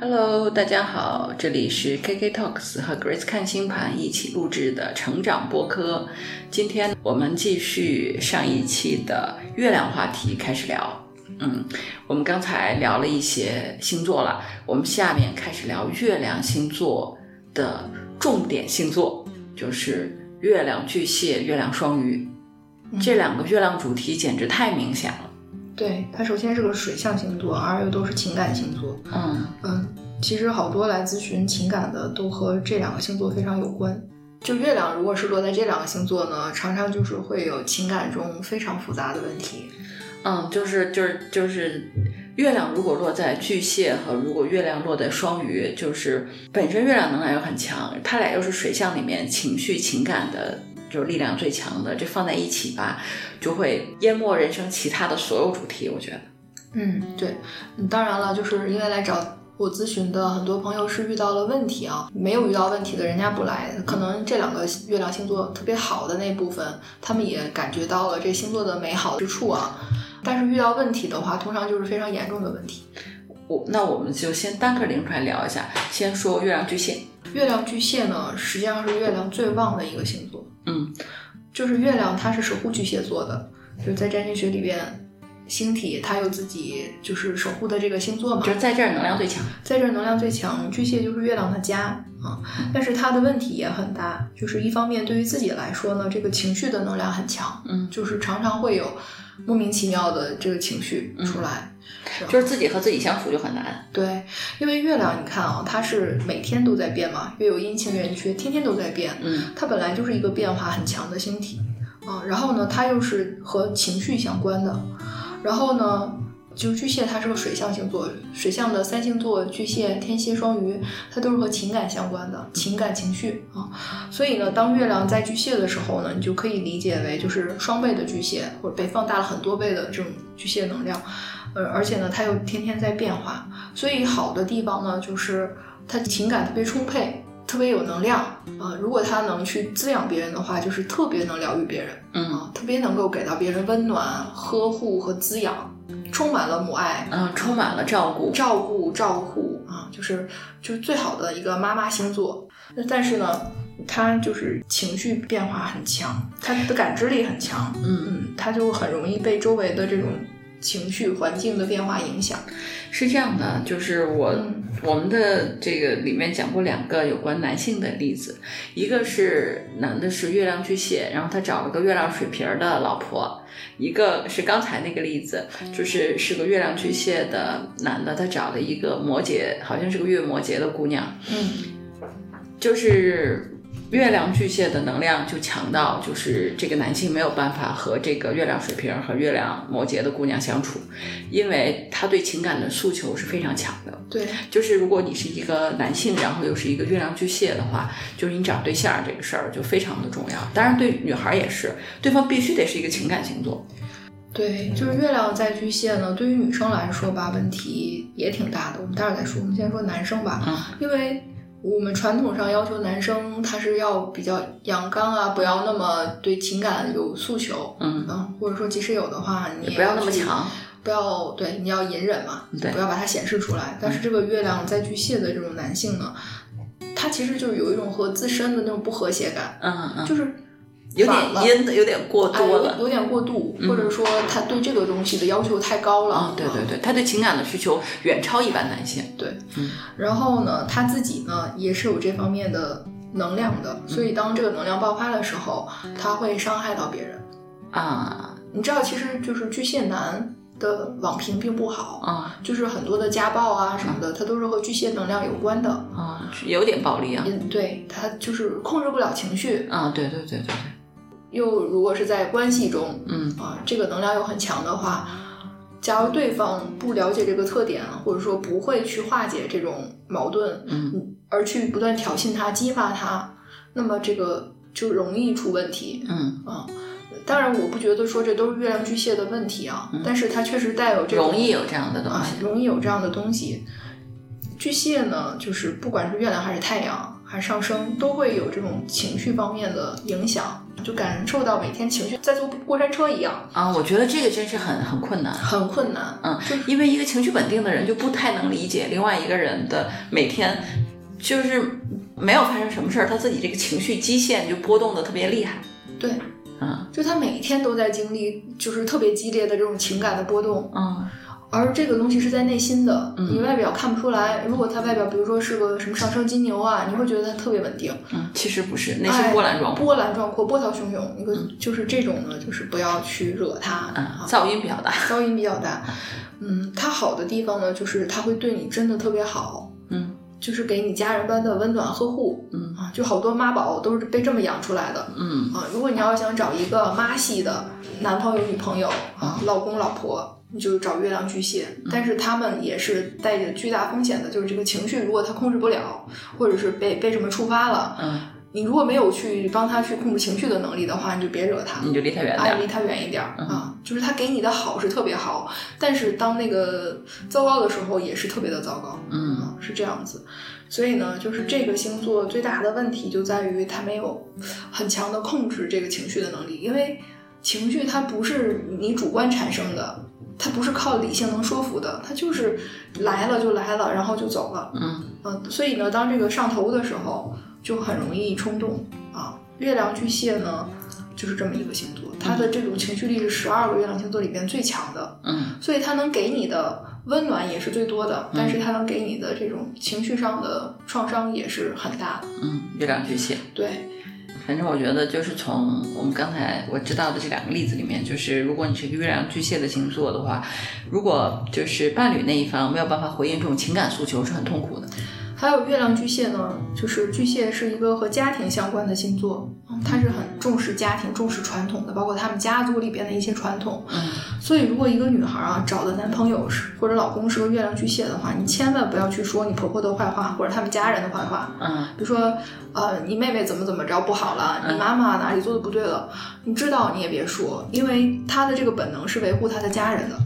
Hello，大家好，这里是 KK Talks 和 Grace 看星盘一起录制的成长播客。今天我们继续上一期的月亮话题开始聊。嗯，我们刚才聊了一些星座了，我们下面开始聊月亮星座的重点星座，就是月亮巨蟹、月亮双鱼这两个月亮主题，简直太明显了。对，它首先是个水象星座，而又都是情感星座。嗯，嗯，其实好多来咨询情感的都和这两个星座非常有关。就月亮如果是落在这两个星座呢，常常就是会有情感中非常复杂的问题。嗯，就是就是就是，月亮如果落在巨蟹和如果月亮落在双鱼，就是本身月亮能量又很强，它俩又是水象里面情绪情感的，就是力量最强的，这放在一起吧，就会淹没人生其他的所有主题。我觉得，嗯，对，嗯当然了，就是因为来找我咨询的很多朋友是遇到了问题啊，没有遇到问题的人家不来。可能这两个月亮星座特别好的那部分，他们也感觉到了这星座的美好之处啊。但是遇到问题的话，通常就是非常严重的问题。我那我们就先单个拎出来聊一下，先说月亮巨蟹，月亮巨蟹呢，实际上是月亮最旺的一个星座。嗯，就是月亮它是守护巨蟹座的，就是在占星学里边，星体它有自己就是守护的这个星座嘛就。是在这儿能量最强。在这儿能量最强，巨蟹就是月亮的家啊。但是它的问题也很大，就是一方面对于自己来说呢，这个情绪的能量很强，嗯，就是常常会有莫名其妙的这个情绪出来。嗯就是自己和自己相处就很难。对，因为月亮你看啊、它是每天都在变嘛，月有阴晴圆缺，天天都在变。嗯它本来就是一个变化很强的星体啊，然后呢，它又是和情绪相关的，然后呢，就巨蟹它是个水象星座，水象的三星座巨蟹、天蝎、双鱼，它都是和情感相关的，情感情绪啊，所以呢，当月亮在巨蟹的时候呢，你就可以理解为就是双倍的巨蟹，或者被放大了很多倍的这种巨蟹能量，呃，而且呢，它又天天在变化，所以好的地方呢，就是他情感特别充沛，特别有能量啊、呃如果他能去滋养别人的话，就是特别能疗愈别人嗯啊、特别能够给到别人温暖、呵护和滋养，充满了母爱、嗯，充满了照顾。照顾、照顾啊、就是就是最好的一个妈妈星座。那但是呢，他就是情绪变化很强，他的感知力很强，嗯。嗯，他就很容易被周围的这种情绪、环境的变化影响。是这样的，就是我、嗯我们的这个里面讲过两个有关男性的例子，一个是男的是月亮巨蟹，然后他找了个月亮水瓶儿的老婆；一个是刚才那个例子，就是是个月亮巨蟹的男的，他找了一个摩羯，好像是个月摩羯的姑娘，嗯就是。月亮巨蟹的能量就强到，就是这个男性没有办法和这个月亮水瓶儿和月亮摩羯的姑娘相处，因为他对情感的诉求是非常强的。对，就是如果你是一个男性，然后又是一个月亮巨蟹的话，就是你找对象这个事儿就非常的重要。当然，对女孩也是，对方必须得是一个情感星座。对，嗯就是月亮在巨蟹呢，对于女生来说吧，问题也挺大的。我们待会儿再说，我们先说男生吧，啊，因为我们传统上要求男生他是要比较阳刚啊，不要那么对情感有诉求，嗯，嗯，或者说即使有的话，你也也不要那么去强，不要对，你要隐忍嘛，对嗯不要把它显示出来。但是这个月亮在巨蟹的这种男性呢，他其实就是有一种和自身的那种不和谐感，嗯嗯，就是有反了点阴的，有点过哎多有了。有点过度，嗯或者说他对这个东西的要求太高了。啊、对对对，他对情感的需求远超一般男性。嗯然后呢，他自己呢也是有这方面的能量的，嗯所以当这个能量爆发的时候，他会伤害到别人。啊你知道，其实就是巨蟹男的网评并不好，啊就是很多的家暴啊什么嗯的，它都是和巨蟹能量有关的。啊，有点暴力啊。嗯，对，他就是控制不了情绪，啊，对对对对对，又如果是在关系中，嗯啊，这个能量又很强的话，假如对方不了解这个特点，或者说不会去化解这种矛盾，嗯，而去不断挑衅他、激发他，那么这个就容易出问题嗯，啊。当然，我不觉得说这都是月亮巨蟹的问题啊，嗯但是它确实带有这种容易有这样的东啊西。，容易有这样的东西。巨蟹呢，就是不管是月亮还是太阳，还是上升，都会有这种情绪方面的影响，就感受到每天情绪在坐过山车一样，啊，我觉得这个真是很很困难。很困难。嗯就是，因为一个情绪稳定的人就不太能理解另外一个人的每天，就是没有发生什么事儿，他自己这个情绪基线就波动的特别厉害。对，嗯就他每天都在经历就是特别激烈的这种情感的波动，嗯而这个东西是在内心的，嗯你外表看不出来。如果他外表，比如说是个什么上升金牛啊，你会觉得他特别稳定，哎嗯，其实不是，那是波澜壮阔。波澜壮阔，波涛汹涌。你个就是这种呢，就是不要去惹他，嗯，啊，噪音比较大。噪音比 较大。嗯，他好的地方呢，就是他会对你真的特别好，嗯就是给你家人般的温暖呵护嗯啊。就好多妈宝都是被这么养出来的嗯啊。如果你要想找一个妈系的男朋友、女朋友啊啊，老公、老婆。你就找月亮巨蟹，但是他们也是带着巨大风险的，就是这个情绪，如果他控制不了，或者是被被什么触发了，嗯，你如果没有去帮他去控制情绪的能力的话，你就别惹他，你就离他远啊，点离儿。他远一点儿、嗯啊。就是他给你的好是特别好，但是当那个糟糕的时候，也是特别的糟糕。嗯啊，是这样子。所以呢，就是这个星座最大的问题就在于他没有很强的控制这个情绪的能力，因为情绪它不是你主观产生的。它不是靠理性能说服的，它就是来了就来了，然后就走了。嗯嗯，所以呢，当这个上头的时候，就很容易冲动啊。月亮巨蟹呢，就是这么一个星座，它的这种情绪力是十二个月亮星座里边最强的，嗯所以它能给你的温暖也是最多的，但是它能给你的这种情绪上的创伤也是很大的。嗯，月亮巨蟹。对，反正我觉得，就是从我们刚才我知道的这两个例子里面，就是如果你是一个月亮巨蟹的星座的话，如果就是伴侣那一方没有办法回应这种情感诉求，是很痛苦的。还有月亮巨蟹呢，就是巨蟹是一个和家庭相关的星座，嗯它是很重视家庭、重视传统的，包括他们家族里边的一些传统。嗯所以，如果一个女孩啊找的男朋友是或者老公是个月亮巨蟹的话，你千万不要去说你婆婆的坏话或者他们家人的坏话。嗯比如说，呃，你妹妹怎么怎么着不好了，你妈妈哪里做的不对了，你知道你也别说，因为她的这个本能是维护她的家人的，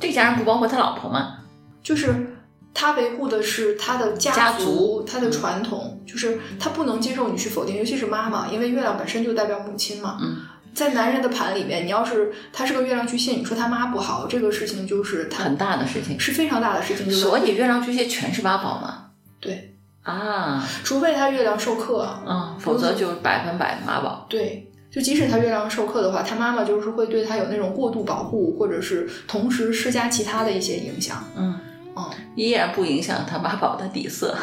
这个家人不包括他老婆吗？就是她维护的是她的家家族族嗯她的传统，就是她不能接受你去否定，尤其是妈妈，因为月亮本身就代表母亲嘛。嗯，在男人的盘里面，你要是他是个月亮巨蟹，你说他妈不好，这个事情就是他很大的事情。是非常大的事情，就是所以月亮巨蟹全是妈宝嘛？对，啊，除非他月亮授课，嗯，否则就百分百妈宝。对，就即使他月亮授课的话，他妈妈就是会对他有那种过度保护，或者是同时施加其他的一些影响。嗯，嗯，依然不影响他妈宝的底色，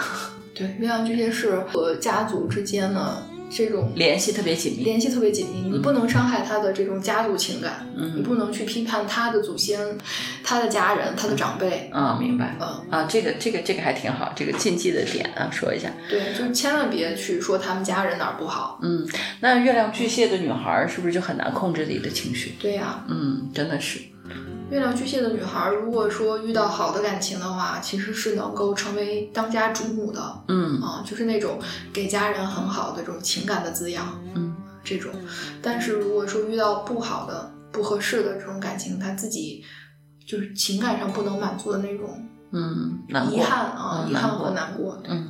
对，月亮巨蟹是和家族之间呢这种联系特别紧密。联系特别紧密，你不能伤害他的这种家族情感，你嗯不能去批判他的祖先、他的家人、他的长辈。啊、明白。嗯，啊，这个这个这个还挺好，这个禁忌的点啊，说一下。对，就千万别去说他们家人哪儿不好。嗯，那月亮巨蟹的女孩儿是不是就很难控制自己的情绪？对呀、嗯，真的是。月亮巨蟹的女孩，如果说遇到好的感情的话，其实是能够成为当家主母的啊、嗯就是那种给家人很好的这种情感的滋养，嗯这种。但是如果说遇到不好的、不合适的这种感情，她自己就是情感上不能满足的那种嗯，难过。遗憾啊，嗯遗憾难过和难过。嗯，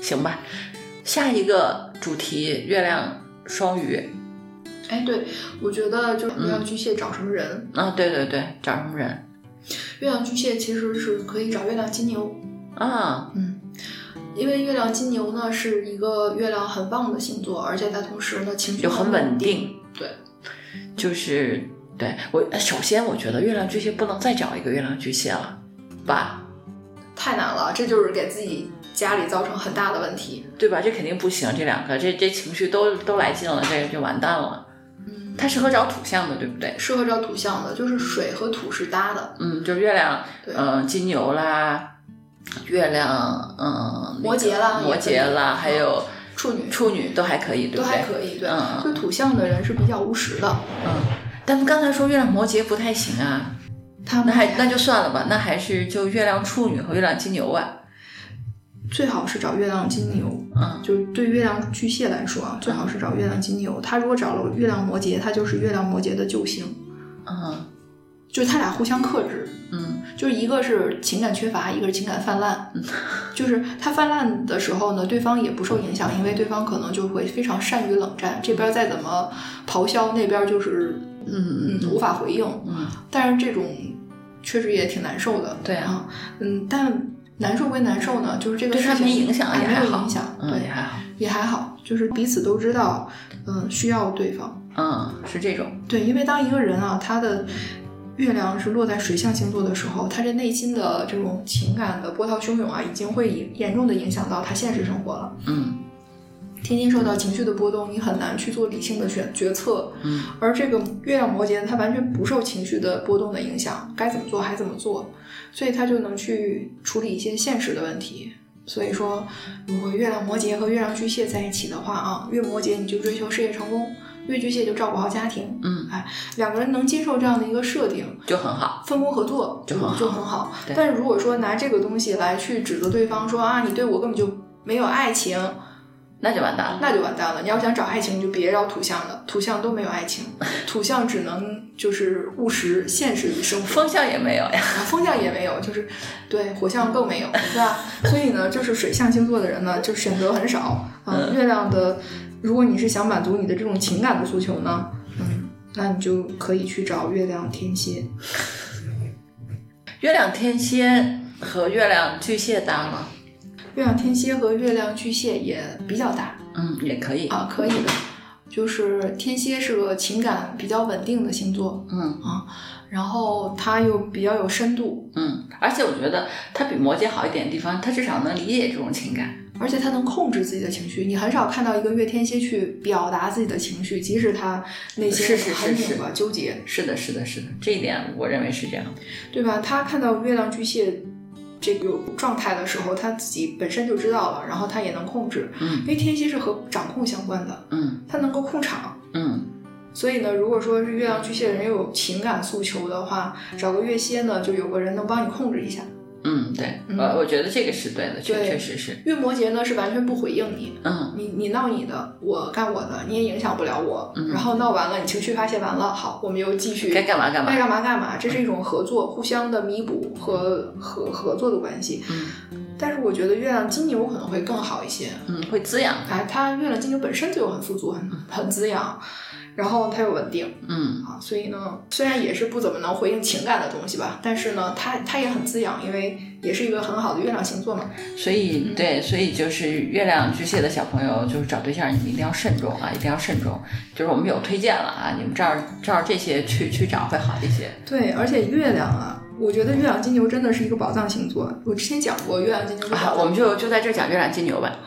行吧。下一个主题，月亮双鱼。哎，对，我觉得就是月嗯亮巨蟹找什么人，啊，对对对，找什么人？月亮巨蟹其实是可以找月亮金牛，啊，嗯，因为月亮金牛呢是一个月亮很旺的星座，而且它同时呢情绪就很稳稳。定。对，就是对我首先我觉得月亮巨蟹不能再找一个月亮巨蟹了，吧？太难了，这就是给自己家里造成很大的问题。对吧？这肯定不行，这两个这这情绪都都来劲了，这个就完蛋了。嗯，它适合找土象的，对不对？适合找土象的，就是水和土是搭的。嗯，就是月亮，对呃，金牛啦，月亮，嗯，摩羯啦那个摩羯啦，还有处女处女都还可以，对啊都不还对？可以，对，嗯嗯就土象的人是比较务实的，嗯，但刚才说月亮摩羯不太行啊，他那们还那就算了吧，那还是就月亮处女和月亮金牛吧。最好是找月亮金牛，嗯就是对月亮巨蟹来说啊，最好是找月亮金牛。他如果找了月亮摩羯，他就是月亮摩羯的救星，嗯就是他俩互相克制。嗯，就是一个是情感缺乏，一个是情感泛滥。 就是他泛滥的时候呢，对方也不受影响，因为对方可能就会非常善于冷战，这边再怎么咆哮，那边就是嗯嗯无法回应。嗯，但是这种确实也挺难受的。对啊啊，嗯，但难受归难受呢，就是这个对事他情没影响哎也没还有好，影响，嗯，对也，还好，也还好，就是彼此都知道，嗯，需要对方。嗯，是这种，对，因为当一个人啊，他的月亮是落在水象星座的时候，他这内心的这种情感的波涛汹涌啊，已经会影严重的影响到他现实生活了。嗯天天受到情绪的波动，你很难去做理性的选决策。嗯而这个月亮摩羯，它完全不受情绪的波动的影响，该怎么做还怎么做，所以他就能去处理一些现实的问题。所以说，如果月亮摩羯和月亮巨蟹在一起的话啊，月摩羯你就追求事业成功，月巨蟹就照顾好家庭，嗯，哎两个人能接受这样的一个设定，就很好，分工合作就很好就很好对。但是如果说拿这个东西来去指责对方说啊，你对我根本就没有爱情，那就完蛋了，那就完蛋了。你要想找爱情，你就别绕土象了，土象都没有爱情，土象只能就是务实、现实与生活。风向也没有呀，啊， 风象也没有，就是对火象更没有，对吧？所以呢，就是水象星座的人呢，就选择很少。嗯，月亮的，如果你是想满足你的这种情感的诉求呢，嗯，那你就可以去找月亮天蝎。月亮天蝎和月亮巨蟹搭了，月亮天蝎和月亮巨蟹也比较搭嗯，也可以，啊，可以的。就是天蝎是个情感比较稳定的星座，嗯然后它又比较有深度，嗯，而且我觉得它比摩羯好一点的地方，它至少能理解这种情感，而且它能控制自己的情绪。你很少看到一个月天蝎去表达自己的情绪，即使他内是是心是很是拧巴、纠结，是的，是的，是的，这一点我认为是这样的，对吧？他看到月亮巨蟹这个状态的时候，他自己本身就知道了，然后他也能控制，因嗯为天蝎是和掌控相关的，嗯他能够控场。嗯所以呢，如果说是月亮巨蟹的人有情感诉求的话，找个月蝎呢，就有个人能帮你控制一下。嗯，对，嗯我我觉得这个是对的，确对确实是，月摩羯呢是完全不回应你，嗯你你闹你的，我干我的，你也影响不了我。嗯然后闹完了，你情绪发泄完了，好，我们又继续该干嘛干嘛该干嘛干嘛，这是一种合作，互相的弥补和和合作的关系。嗯但是我觉得月亮金牛可能会更好一些，嗯，会滋养，哎，它月亮金牛本身就很富足，很很滋养，然后它又稳定。嗯啊，所以呢，虽然也是不怎么能回应情感的东西吧，但是呢，它它也很滋养，因为也是一个很好的月亮星座嘛。，所以对，所以就是月亮巨蟹的小朋友，就是找对象你们一定要慎重啊，一定要慎重。就是我们有推荐了啊，你们照着照着这些去去找会好一些。对，而且月亮啊，我觉得月亮金牛真的是一个宝藏星座。我之前讲过月亮金牛是宝啊，藏，我们就就在这儿讲月亮金牛吧。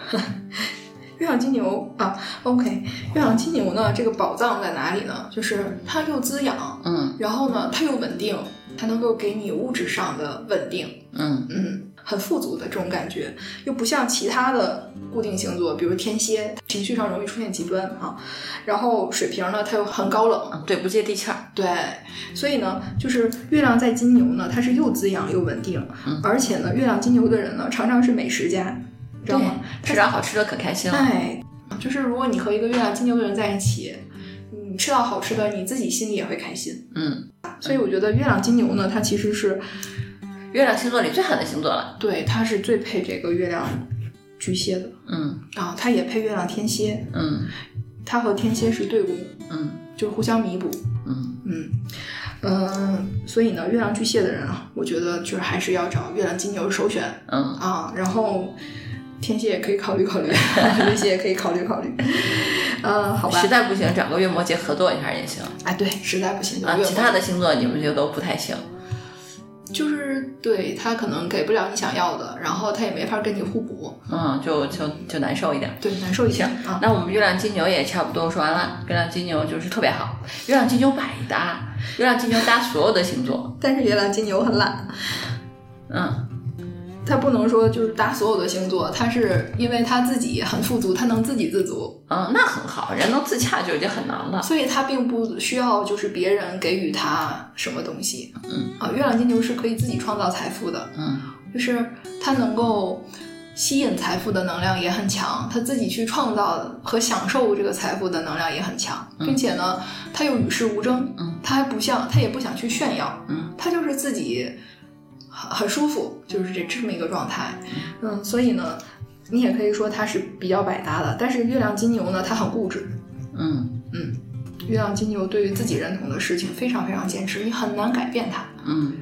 月亮金牛啊，OK，月亮金牛呢，这个宝藏在哪里呢？就是它又滋养，嗯然后呢，它又稳定，它能够给你物质上的稳定。嗯嗯，很富足的这种感觉，又不像其他的固定星座，比如天蝎，情绪上容易出现极端啊。然后水瓶呢，它又很高冷，嗯，对，不接地气儿。对，所以呢，就是月亮在金牛呢，它是又滋养又稳定，嗯而且呢，月亮金牛的人呢，常常是美食家，知道吗？吃着好吃的可开心了。哎，就是如果你和一个月亮金牛的人在一起，你吃到好吃的，你自己心里也会开心。嗯，所以我觉得月亮金牛呢，它其实是月亮星座里最狠的星座了。对，它是最配这个月亮巨蟹的。嗯啊，它也配月亮天蝎，嗯它和天蝎是对宫，嗯就是互相弥补。嗯，嗯嗯、呃所以呢，月亮巨蟹的人啊，我觉得就是还是要找月亮金牛首选嗯，啊，然后天蝎也可以考虑考 虑，巨蟹也可以考虑考虑。呃，好吧实，在不行找个月摩羯合作一下也行哎，对，实在不行就啊。月其亮他的星座你们就都不太行。就是对他可能给不了你想要的，然后他也没法跟你互补，嗯，就就就难受一点。对，难受一下啊。那我们月亮金牛也差不多说完了，月亮金牛就是特别好，月亮金牛百搭，月亮金牛搭所有的星座，但是月亮金牛很懒，嗯他不能说就是搭所有的星座，他是因为他自己很富足，他能自给自足，嗯，那很好，人能自洽就已经很难了，所以他并不需要就是别人给予他什么东西。嗯啊，月亮金牛是可以自己创造财富的，嗯就是他能够吸引财富的能量也很强，他自己去创造和享受这个财富的能量也很强，嗯并且呢，他又与世无争，嗯他还不像他也不想去炫耀，嗯他就是自己很很舒服，就是这这么一个状态。嗯，所以呢，你也可以说它是比较百搭的。但是月亮金牛呢，它很固执。嗯月亮金牛对于自己认同的事情非常非常坚持，你很难改变它。嗯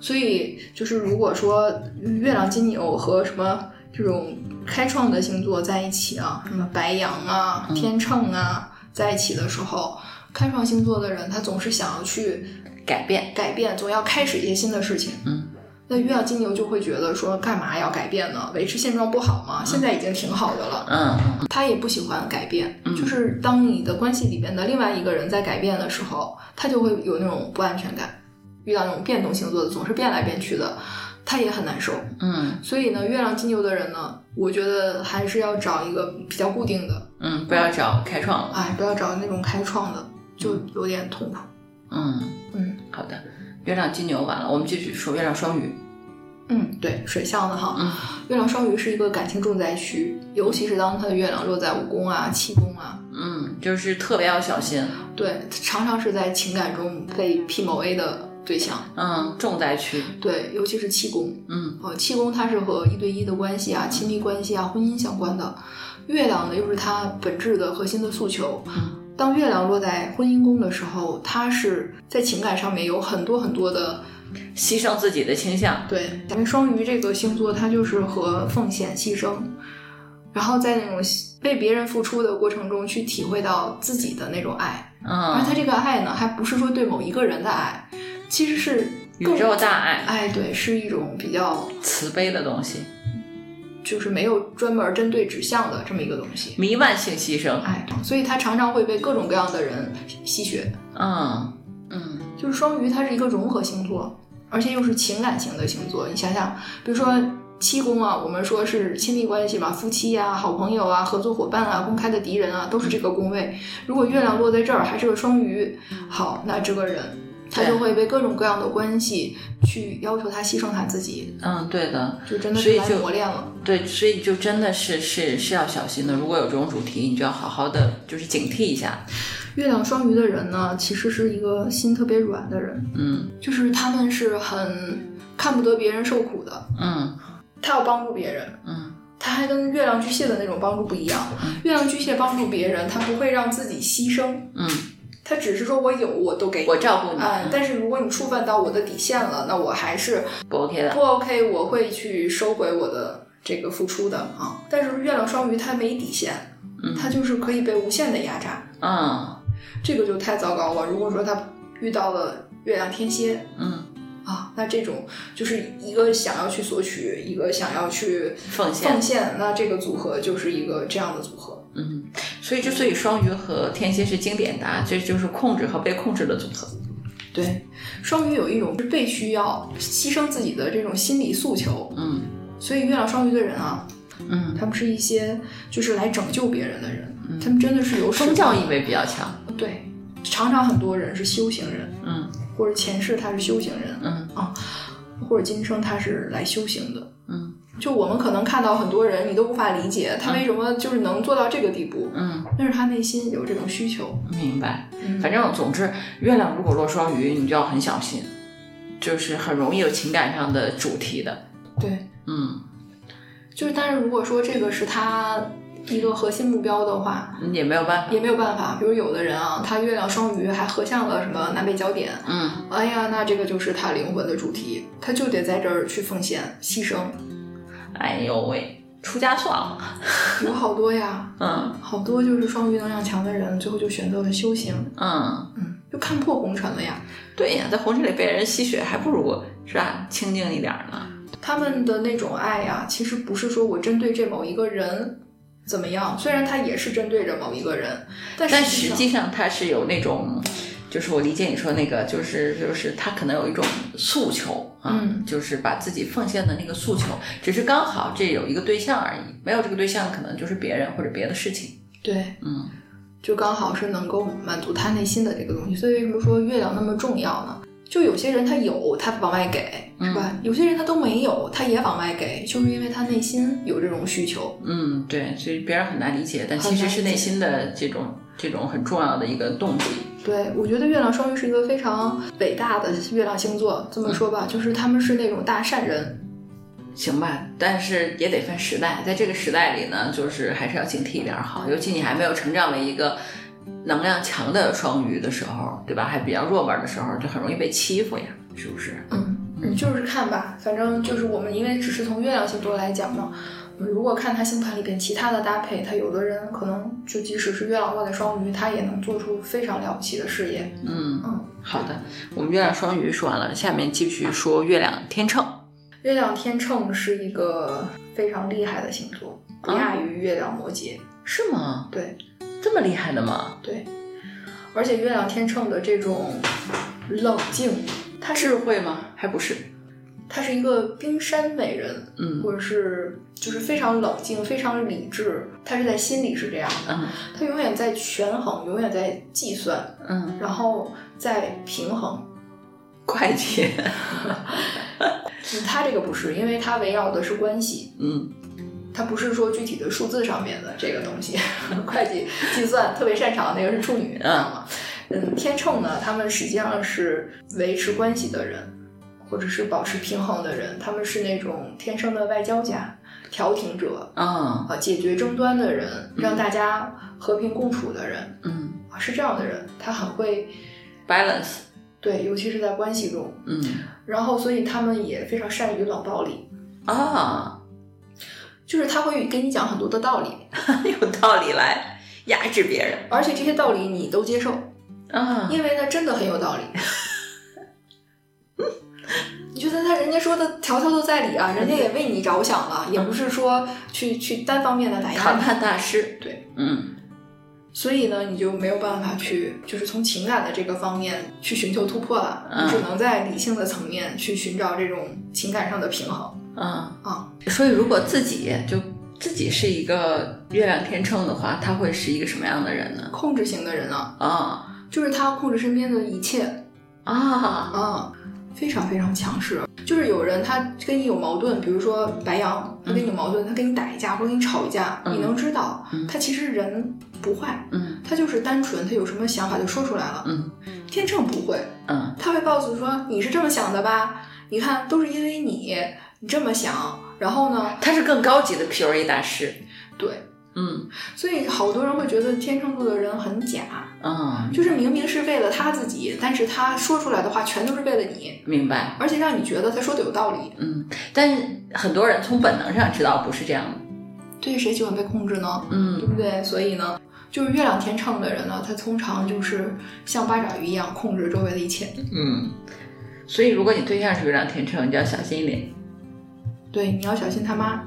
所以就是如果说月亮金牛和什么这种开创的星座在一起啊，什么白羊啊、天秤啊在一起的时候，开创星座的人他总是想要去改变，改变，总要开始一些新的事情。嗯。那月亮金牛就会觉得说，干嘛要改变呢？维持现状不好吗？现在已经挺好的了。嗯他也不喜欢改变，嗯就是当你的关系里边的另外一个人在改变的时候，他就会有那种不安全感。遇到那种变动星座的，总是变来变去的，他也很难受。嗯所以呢，月亮金牛的人呢，我觉得还是要找一个比较固定的，嗯，不要找开创了，哎，不要找那种开创的，就有点痛苦。嗯嗯好的，月亮金牛完了，我们继续说月亮双鱼，嗯，对，水象的哈，嗯月亮双鱼是一个感情重灾区，尤其是当它的月亮落在五宫啊、七宫啊，嗯，就是特别要小心，对，常常是在情感中被 PMA 的对象。嗯，重灾区，对，尤其是气功，嗯呃，气功它是和一对一的关系啊、亲密关系啊、婚姻相关的。月亮呢，又是它本质的核心的诉求。嗯当月亮落在婚姻宫的时候，它是在情感上面有很多很多的牺牲自己的倾向，对，因为双鱼这个星座，它就是和奉献、牺牲，然后在那种被别人付出的过程中去体会到自己的那种爱，而嗯，它这个爱呢，还不是说对某一个人的爱，其实是更宇宙大爱，爱，对，是一种比较慈悲的东西，就是没有专门针对指向的这么一个东西。弥漫性牺牲，哎，所以它常常会被各种各样的人吸血。嗯嗯就是双鱼，它是一个融合星座，而且又是情感型的星座。你想想，比如说七宫啊，我们说是亲密关系嘛，夫妻啊、好朋友啊、合作伙伴啊、公开的敌人啊，都是这个宫位。如果月亮落在这儿，还是个双鱼，好，那这个人他对就会被各种各样的关系去要求他牺牲他自己，嗯，对的，就真的所是以来就磨练了。对，所以就真的是是是要小心的。如果有这种主题，你就要好好的就是警惕一下。月亮双鱼的人呢，其实是一个心特别软的人，嗯就是他们是很看不得别人受苦的，嗯他要帮助别人。嗯他还跟月亮巨蟹的那种帮助不一样嗯。月亮巨蟹帮助别人，他不会让自己牺牲，嗯，他只是说我有我都给你。我照顾你，嗯，但是如果你触犯到我的底线了，那我还是不 OK 的。不 OK，我会去收回我的这个付出的啊。但是月亮双鱼它没底线，嗯它就是可以被无限的压榨，嗯这个就太糟糕了。如果说他遇到了月亮天蝎，嗯，啊，那这种就是一个想要去索取，一个想要去奉献奉献，那这个组合就是一个这样的组合。嗯，所以之所以双鱼和天蝎是经典答，这就是控制和被控制的组合。对，双鱼有一种是被需要牺牲自己的这种心理诉求，嗯所以月亮双鱼的人啊，嗯，他们是一些就是来拯救别人的人，嗯他们真的是有宗教义。意味比较强。对，常常很多人是修行人，嗯或者前世他是修行人，嗯或者今生他是来修行的。嗯就我们可能看到很多人，你都无法理解他为什么就是能做到这个地步，嗯，但是他内心有这种需求。明白。嗯反正总之，月亮如果落双鱼，你就要很小心，就是很容易有情感上的主题的。对，嗯，就是但是如果说这个是他一个核心目标的话，也没有办法。也没有办法。比如有的人啊，他月亮双鱼还合向了什么南北焦点，嗯哎呀，那这个就是他灵魂的主题，他就得在这儿去奉献牺牲，，哎呦喂，出家算了。有好多呀，嗯好多就是双鱼能量强的人，最后就选择了修行，嗯，嗯，就看破红尘了呀。对呀，在红尘里被人吸血，还不如是吧，清静一点儿呢。他们的那种爱呀、其实不是说我针对这某一个人怎么样，虽然他也是针对着某一个人，但但实实际际上，他是有那种，就是我理解你说那个，就是就是他可能有一种诉求啊，嗯就是把自己奉献的那个诉求，只是刚好这有一个对象而已，没有这个对象，可能就是别人或者别的事情。对，嗯就刚好是能够满足他内心的这个东西。所以为什么说月亮那么重要呢？就有些人他有，他往外给，嗯是吧？有些人他都没有，他也往外给，就是因为他内心有这种需求。嗯，对，所以别人很难理解，但很其实难是理内解心的这种这种很重要的一个动机。对，我觉得月亮双鱼是一个非常伟大的月亮星座。这么说吧，就是他们是那种大善人。行吧，但是也得分时代，在这个时代里呢，就是还是要警惕一点好，尤其你还没有成长为一个能量强的双鱼的时候，对吧？还比较弱门的时候，就很容易被欺负呀，是不是？嗯，你就是看吧，反正就是我们因为只是从月亮星座来讲嘛，嗯如果看他星盘里边其他的搭配，他有的人可能就即使是月亮落在双鱼，他也能做出非常了不起的事业。嗯，嗯，好的，我们月亮双鱼说完了，下面继续说月亮天秤。月亮天秤是一个非常厉害的星座，不亚于月亮摩羯。是吗？对，这么厉害的吗？对，而且月亮天秤的这种冷静，她智是慧吗？还不是。她是一个冰山美人，嗯或者是就是非常冷静、非常理智，她是在心里是这样的，嗯她永远在权衡，永远在计算，嗯，然后在平衡。快捷。嗯她这个不是，因为她围绕的是关系，嗯，她不是说具体的数字上面的这个东西。 会计计算特别擅长那个是处女，你知道吗？嗯，天秤呢，他们实际上是维持关系的人，或者是保持平衡的人，他们是那种天生的外交家、调停者，啊、啊，解决争端的人，让大家和平共处的人，嗯啊，是这样的人，他很会，balance。对，尤其是在关系中，嗯然后所以他们也非常善于冷暴力，啊，就是他会给你讲很多的道理， 有道理来压制别人而且这些道理你都接受，啊。因为他真的很有道理。 你觉得他人家说的条条都在理啊，人家也为你着想了，也不是说去去单方面的打压谈你。判大师，对，嗯所以呢，你就没有办法去，就是从情感的这个方面去寻求突破了，嗯你只能在理性的层面去寻找这种情感上的平衡。啊啊，所以如果自己就自己是一个月亮天秤的话，他会是一个什么样的人呢？控制型的人啊，啊就是他控制身边的一切，啊，啊，非常非常强势。就是有人他跟你有矛盾，比如说白羊，他跟你有矛盾，他跟你打一架或者跟你吵一架，嗯你能知道嗯他其实人不坏，嗯他就是单纯，他有什么想法就说出来了。嗯天秤不会，嗯他会告诉说你是这么想的吧？你看都是因为你，你这么想，然后呢，他是更高级的 PUA 大师，对。嗯所以好多人会觉得天秤座的人很假，啊，就是明明是为了他自己，但是他说出来的话全都是为了你，明白，而且让你觉得他说的有道理。嗯，但是很多人从本能上知道不是这样的，对谁喜欢被控制呢？对嗯不对？所以呢，就是月亮天秤的人呢，他通常就是像八爪鱼一样控制周围的一切。嗯，所以如果你对象是月亮天秤，你就要小心一点对，你要小心他妈，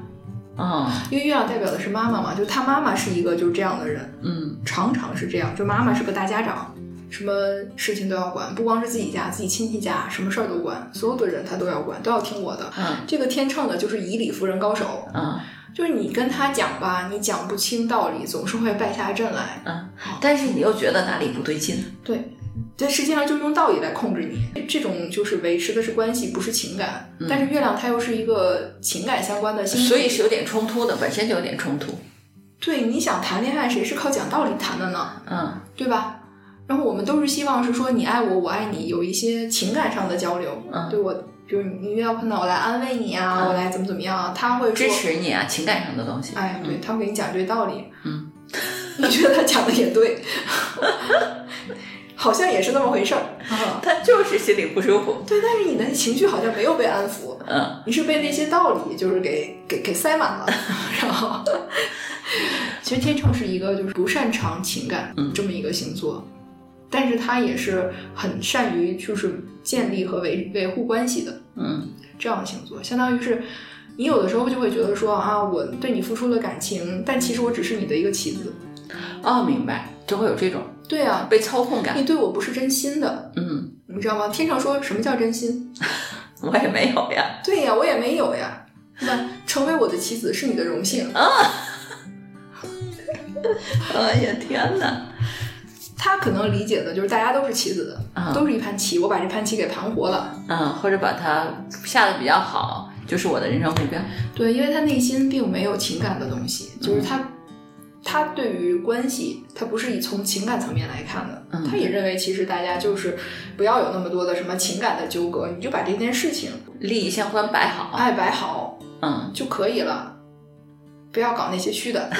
啊，因为月亮代表的是妈妈嘛，就他妈妈是一个就是这样的人，嗯。常常是这样，就妈妈是个大家长，什么事情都要管，不光是自己家，自己亲戚家什么事儿都管，所有的人他都要管，都要听我的。嗯这个天秤呢，就是以理服人高手，嗯就是你跟他讲吧，你讲不清道理，总是会败下阵来。嗯，但是你又觉得哪里不对劲，对，但实际上就用道理来控制你，这种就是维持的是关系，不是情感。嗯但是月亮它又是一个情感相关的星所座，以是有点冲突的，本身就有点冲突。对你想谈恋爱，谁是靠讲道理谈的呢？嗯对吧？然后我们都是希望是说你爱我，我爱你，有一些情感上的交流。嗯，对我，比如你遇到困难，我来安慰你啊，嗯我来怎么怎么样啊，他会说支，持你啊，情感上的东西。哎，对嗯，他会给你讲这道理。嗯， 你觉得他讲的也对， 好像也是那么回事儿。啊他就是心里不舒服。对，但是你的情绪好像没有被安抚。嗯，你是被那些道理就是给给给塞 满了，然后，其实天秤是一个就是不擅长情感嗯这么一个星座，但是他也是很善于就是建立和维维护关系的嗯这样的星座，相当于是你有的时候就会觉得说啊，我对你付出了感情，但其实我只是你的一个棋子，哦，明白，就会有这种对啊，被操控感你。对我不是真心的，嗯，你知道吗？天秤说什么叫真心？我也没有呀。对呀，我也没有呀。那成为我的棋子是你的荣幸。哎呀，天哪！他可能理解的就是大家都是棋子，啊都是一盘棋，我把这盘棋给盘活了。嗯，或者把它下的比较好，就是我的人生目标。对，因为他内心并没有情感的东西，就是他。他对于关系，他不是以从情感层面来看的，嗯他也认为其实大家就是不要有那么多的什么情感的纠葛，你就把这件事情利益相关摆好，爱摆好嗯，就可以了，不要搞那些虚的。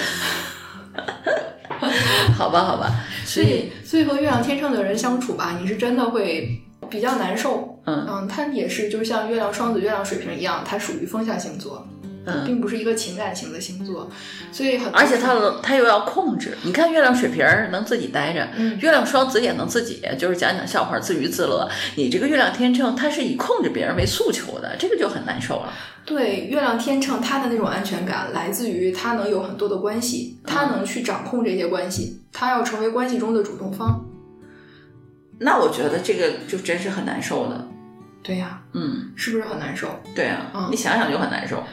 好吧，好吧，所以，所以和月亮天秤的人相处吧，你是真的会比较难受。嗯嗯，他也是，就像月亮双子、月亮水瓶一样，它属于风象星座，嗯，并不是一个情感型的星座，所以很而且他能他又要控制，你看月亮水瓶儿能自己待着。嗯月亮双子也能自己就是讲讲笑话，自娱自乐。你这个月亮天秤，它是以控制别人为诉求的，这个就很难受了。对，月亮天秤他的那种安全感来自于他能有很多的关系，他能去掌控这些关系，他要成为关系中的主动方。那我觉得这个就真是很难受的。对呀、嗯，是不是很难受？对啊，嗯你想想就很难受。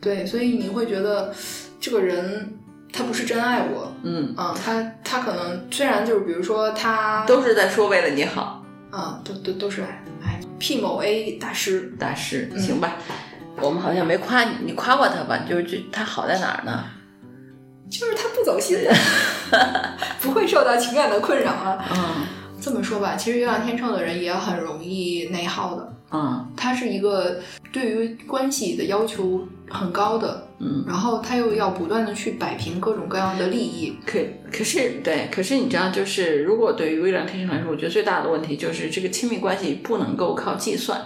对，所以你会觉得这个人他不是真爱我，嗯，嗯，他他可能虽然就是比如说他都是在说为了你好，啊、都都都是爱爱 P 某 A 大师，大师，嗯行吧？我们好像没夸你，你夸过他吧？就是这他好在哪儿呢？就是他不走心， 不会受到情感的困扰啊。嗯这么说吧，其实月亮天秤的人也很容易内耗的，嗯他是一个对于关系的要求很高的，嗯，然后他又要不断的去摆平各种各样的利益。可可是对，可是你知道，就是如果对于月亮天秤来说，我觉得最大的问题就是这个亲密关系不能够靠计算。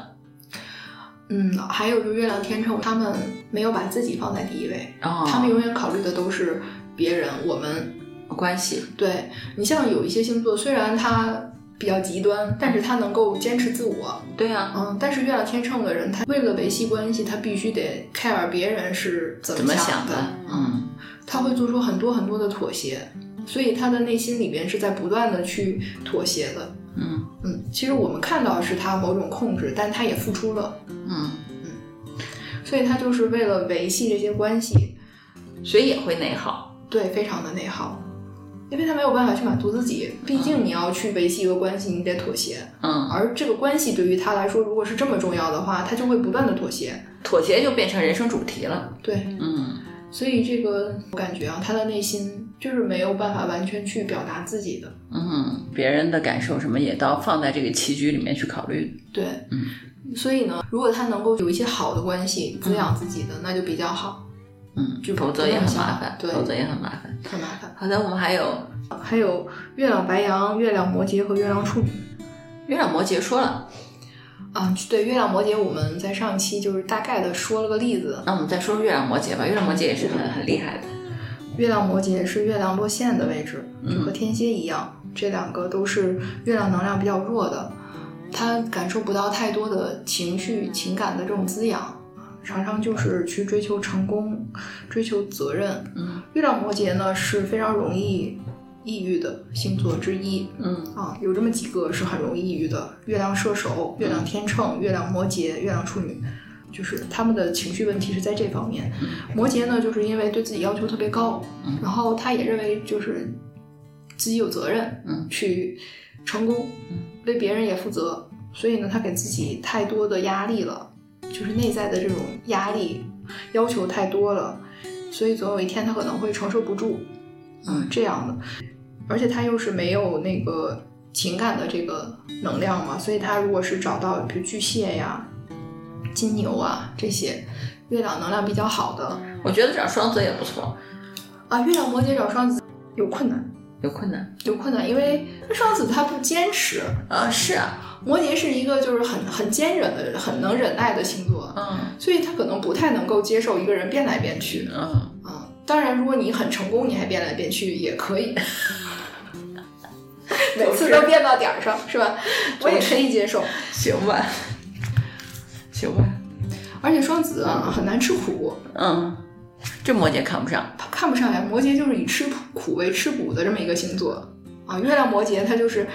嗯，还有就是月亮天秤，他们没有把自己放在第一位，哦他们永远考虑的都是别人，我们关系，对你像有一些星座，虽然他比较极端，但是他能够坚持自我。对啊，嗯，但是月亮天秤的人，他为了维系关系，他必须得 care 别人是怎怎么么想想的？嗯。他会做出很多很多的妥协，所以他的内心里边是在不断的去妥协的。嗯嗯，其实我们看到是他某种控制，但他也付出了，嗯，所以他就是为了维系这些关系，所以也会内耗。对，非常的内耗，因为他没有办法去满足自己，毕竟你要去维系一个关系，你得妥协，嗯，而这个关系对于他来说，如果是这么重要的话，他就会不断的妥协。妥协就变成人生主题了。对，嗯所以这个我感觉啊，他的内心就是没有办法完全去表达自己的。嗯，别人的感受什么也都要放在这个棋局里面去考虑。对，嗯所以呢，如果他能够有一些好的关系滋养自己的，那就比较好，嗯，就否则也很麻烦，对，否则也很麻烦。很麻烦。好的，我们还有还有月亮白羊、月亮摩羯和月亮处女月亮摩羯说了，啊，对，月亮摩羯我们在上一期就是大概的说了个例子，那我们再说说月亮摩羯吧。月亮摩羯也是很很厉害的。月亮摩羯是月亮落陷的位置，嗯就和天蝎一样，这两个都是月亮能量比较弱的，他感受不到太多的情绪、情感的这种滋养，常常就是去追求成功、追求责任，嗯月亮摩羯呢是非常容易抑郁的星座之一嗯啊，有这么几个是很容易抑郁的：月亮射手、月亮天秤、月亮摩羯、月亮处女，就是他们的情绪问题是在这方面。摩羯呢，就是因为对自己要求特别高嗯，然后他也认为就是自己有责任嗯去成功嗯，为别人也负责，所以呢，他给自己太多的压力了，就是内在的这种压力要求太多了，所以总有一天他可能会承受不住，嗯这样的，而且他又是没有那个情感的这个能量嘛，所以他如果是找到比如巨蟹呀、金牛啊这些月亮能量比较好的嗯我觉得找双子也不错，啊，月亮摩羯找双子有困难，有困难有困难，因为双子他不坚持，啊，是啊，摩羯是一个就是很很坚忍的、很能忍耐的星座，嗯所以他可能不太能够接受一个人变来变去。嗯，啊，当然，如果你很成功，你还变来变去也可 以，每次都变到点儿上，是吧？我也可以接受。行吧，行吧，而且双子啊，很难吃苦，嗯，这摩羯看不上，他看不上呀。摩羯就是以吃苦为吃补的这么一个星座啊。月亮摩羯，他就是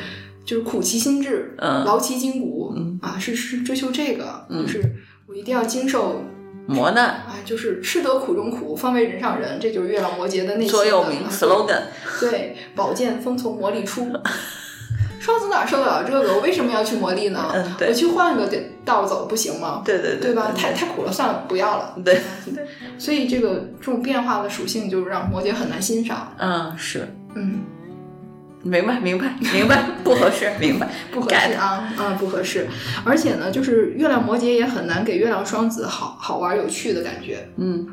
就是苦其心志，嗯劳其筋骨，嗯啊，是是追求这个，嗯就是我一定要经受。磨难啊，就是吃得苦中苦，方为人上人，这就是月亮摩羯的内心的座右铭啊 slogan。对，宝剑锋从磨砺出。双子哪受得了这个？我为什么要去磨砺呢？嗯，我对，去换个道走不行吗？对对对吧？太太苦了，算了，不要了。对，所以这个这种变化的属性，就让摩羯很难欣赏。嗯，是，嗯，明白明白明白，不合适，明 白，不合适啊，啊、不合适。而且呢，就是月亮摩羯也很难给月亮双子好好玩有趣的感觉。嗯，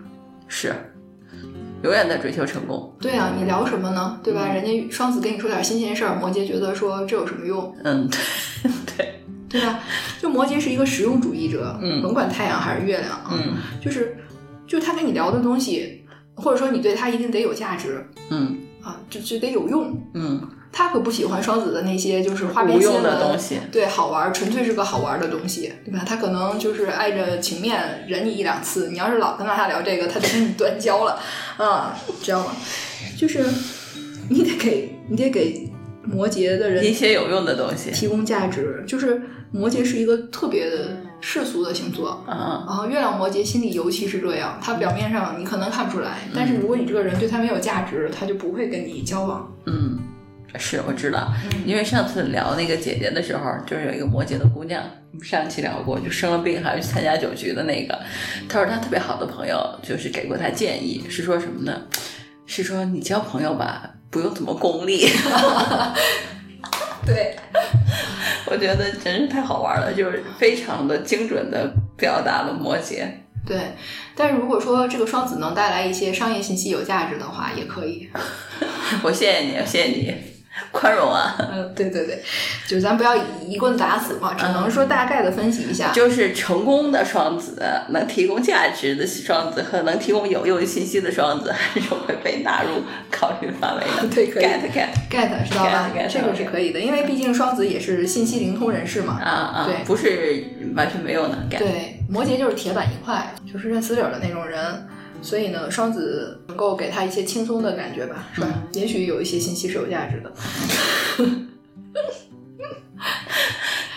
是，永远在追求成功，对啊，你聊什么呢？对嗯吧？人家双子跟你说点新鲜事儿，摩羯觉得说这有什么用，嗯，对，对吧？就摩羯是一个实用主义者，嗯甭管太阳还是月亮啊，嗯就是就他跟你聊的东西，或者说你对他一定得有价值嗯啊，就就得有用。嗯，他可不喜欢双子的那些就是花边无新闻用的东西，对，好玩儿，纯粹是个好玩儿的东西，对吧？他可能就是碍着情面忍你一两次，你要是老跟他聊这个，他就跟你断交了，啊，知道吗？就是你得给你得给摩羯的一人些有用的东西，提供价值，就是摩羯是一个特别的世俗的星座。嗯然后月亮摩羯心里尤其是这样，他表面上你可能看不出来，但是如果你这个人对他没有价值，他就不会跟你交往。嗯，是我知道，嗯因为上次聊那个姐姐的时候，就是有一个摩羯的姑娘，我们上期聊过，就生了病还要去参加酒局的那个，她说她特别好的朋友，就是给过她建议，是说什么呢？是说你交朋友吧，不用怎么功利。 对，我觉得真是太好玩了，就是非常的精准的表达了摩羯。对，但是如果说这个双子能带来一些商业信息有价值的话，也可以。我谢谢你，谢谢你，宽容啊。嗯， 对对对，就咱不要一棍打死嘛，只能说大概的分析一下。就是成功的双子，能提供价值的双子和能提供有用信息的双子，还是会被纳入考虑范围的。对可以 get get get 知道吧 get，get，这个是可以的，因为毕竟双子也是信息灵通人士嘛。啊啊对，不是完全没用的 get。对，摩羯就是铁板一块，就是认死理儿的那种人，所以呢，双子能够给他一些轻松的感觉吧，是吧？也许有一些信息是有价值的。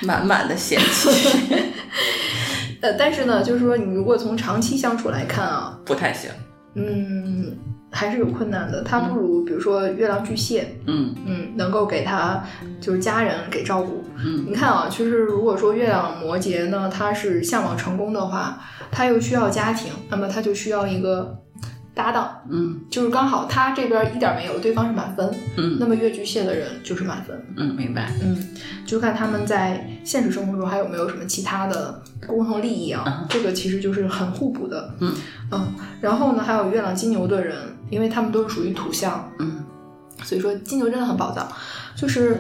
满满的嫌弃， 呃，但是呢，就是说你如果从长期相处来看啊，不太行。嗯，还是有困难的。他不如比如说月亮巨蟹，嗯嗯，能够给他就是家人给照顾。嗯你看啊，就是如果说月亮摩羯呢，他是向往成功的话，他又需要家庭，那么他就需要一个搭档，嗯就是刚好他这边一点没有，对方是满分，嗯那么月巨蟹的人就是满分。嗯，明白。嗯，就看他们在现实生活中还有没有什么其他的共同利益啊嗯，这个其实就是很互补的。嗯嗯然后呢，还有月亮金牛的人，因为他们都是属于土象，嗯所以说金牛真的很宝藏，就是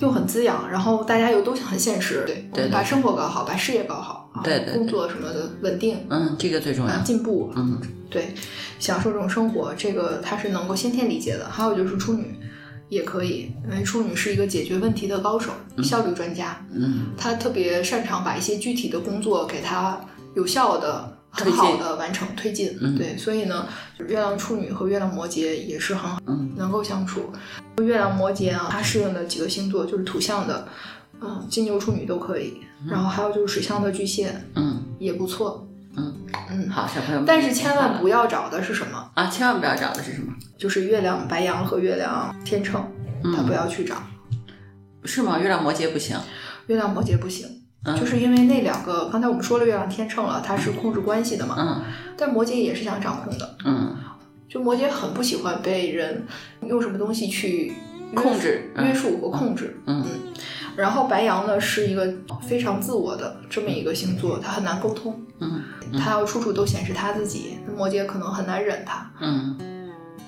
又很滋养，然后大家又都很现实，对，我对们对把生活搞好，把事业搞好，啊对对对工作什么的稳定嗯，这个最重要啊，。进步，嗯对，享受这种生活，这个他是能够先天理解的。还有就是处女也可以，因为处女是一个解决问题的高手，效率专家，嗯，他特别擅长把一些具体的工作给他有效的。很推进好的完成推进，嗯对，所以呢，月亮处女和月亮摩羯也是很好嗯能够相处。月亮摩羯啊，它适应的几个星座就是土象的，嗯，金牛、处女都可以，然后还有就是水象的巨蟹嗯也不错，嗯，嗯，好，小朋友们。但是千万不要找的是什么？啊，千万不要找的是什么？就是月亮白羊和月亮天秤，他不嗯，要去找。是吗？月亮摩羯不行。月亮摩羯不行，嗯就是因为那两个，刚才我们说了月亮天秤了，它是控制关系的嘛，嗯但摩羯也是想掌控的，嗯，就摩羯很不喜欢被人用什么东西去约控制。约嗯束和控制。嗯然后白羊呢是一个非常自我的这么一个星座，他很难沟通，嗯他要处处都显示他自己，那摩羯可能很难忍他。嗯。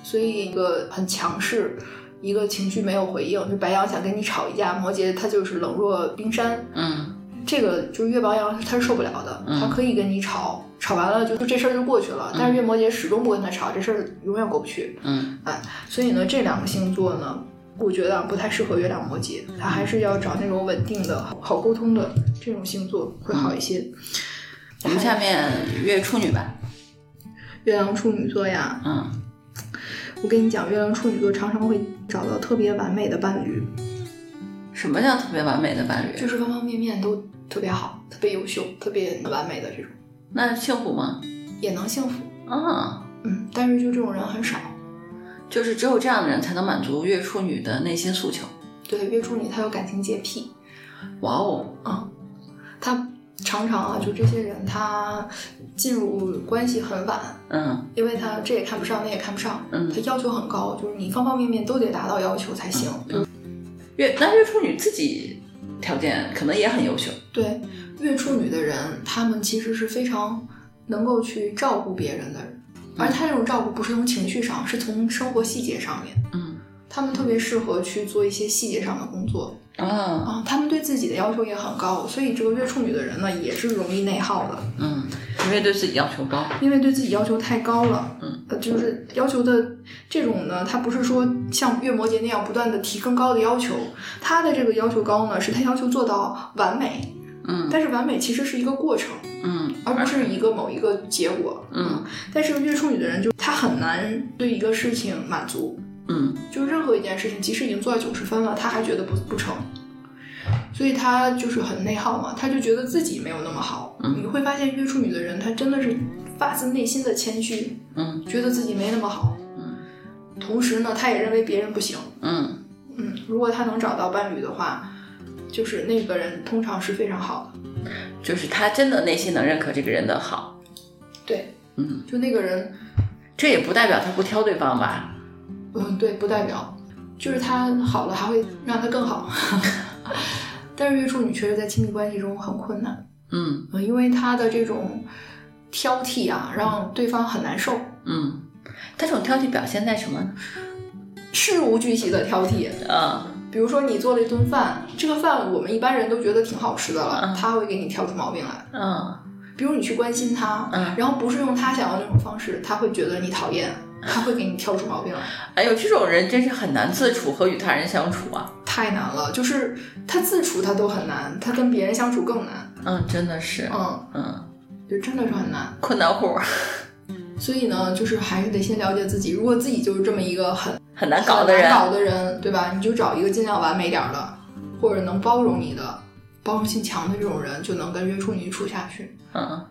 所以一个很强势，一个情绪没有回应，就白羊想跟你吵一架，摩羯他就是冷若冰山，嗯这个就是月白羊他是受不了的，嗯他可以跟你吵，吵完了就就这事儿就过去了，但是月摩羯始终不跟他吵，这事儿永远过不去。嗯所以呢，这两个星座呢。我觉得啊不太适合月亮摩羯，他还是要找那种稳定的、好沟通的这种星座会好一些。我们下面约处女吧。月亮处女座呀，嗯我跟你讲，月亮处女座常常会找到特别完美的伴侣，，什么叫特别完美的伴侣？就是方方面面都特别好，特别优秀，特别完美的这种，那幸福吗？也能幸福。啊，嗯，但是就这种人很少。就是只有这样的人才能满足月处女的内心诉求。对，月处女她有感情洁癖，哇哦，嗯，她常常啊，就这些人，她进入关系很晚，嗯因为她这也看不上，那也看不上，嗯她，要求很高，就是你方方面面都得达到要求才行。月那月处女自己条件可能也很优秀，对，月处女的人，他们其实是非常能够去照顾别人的人，而他这种照顾不是从情绪上，是从生活细节上面。嗯他们特别适合去做一些细节上的工作啊，啊，他们对自己的要求也很高，所以这个月处女的人呢，也是容易内耗的，嗯，因为对自己要求高，因为对自己要求太高了。嗯呃，就是要求的这种呢，他不是说像月摩羯那样不断的提更高的要求，他的这个要求高呢，是他要求做到完美，嗯但是完美其实是一个过程。嗯而不是一个某一个结果。嗯，但是月处女的人就他很难对一个事情满足，嗯就任何一件事情，即使已经做到九十分了，他还觉得不不成，所以他就是很内耗嘛，他就觉得自己没有那么好。嗯你会发现月处女的人，他真的是发自内心的谦虚，嗯觉得自己没那么好，嗯同时呢，他也认为别人不行。嗯嗯，如果他能找到伴侣的话，就是那个人通常是非常好的。嗯，就是他真的内心能认可这个人的好，对，嗯，就那个人这也不代表他不挑对方吧？嗯，对，不代表，就是他好了还会让他更好。 但是月处女确实在亲密关系中很困难，嗯嗯，因为她的这种挑剔啊，让对方很难受，嗯，但这种挑剔表现在什么呢？事无巨细的挑剔。啊比如说你做了一顿饭，这个饭我们一般人都觉得挺好吃的了嗯，他会给你挑出毛病来。嗯比如你去关心他，嗯，然后不是用他想要的那种方式，他会觉得你讨厌，嗯他会给你挑出毛病来。哎呦，这种人真是很难自处和与他人相处啊，太难了，就是他自处他都很难，他跟别人相处更难。嗯，真的是，嗯，嗯，就真的是很难。困难户儿 所以呢，就是还是得先了解自己。如果自己就是这么一个很很难搞的很人，难搞的人，对吧？你就找一个尽量完美点儿的，或者能包容你的、包容性强的这种人，就能跟约处女处下去。嗯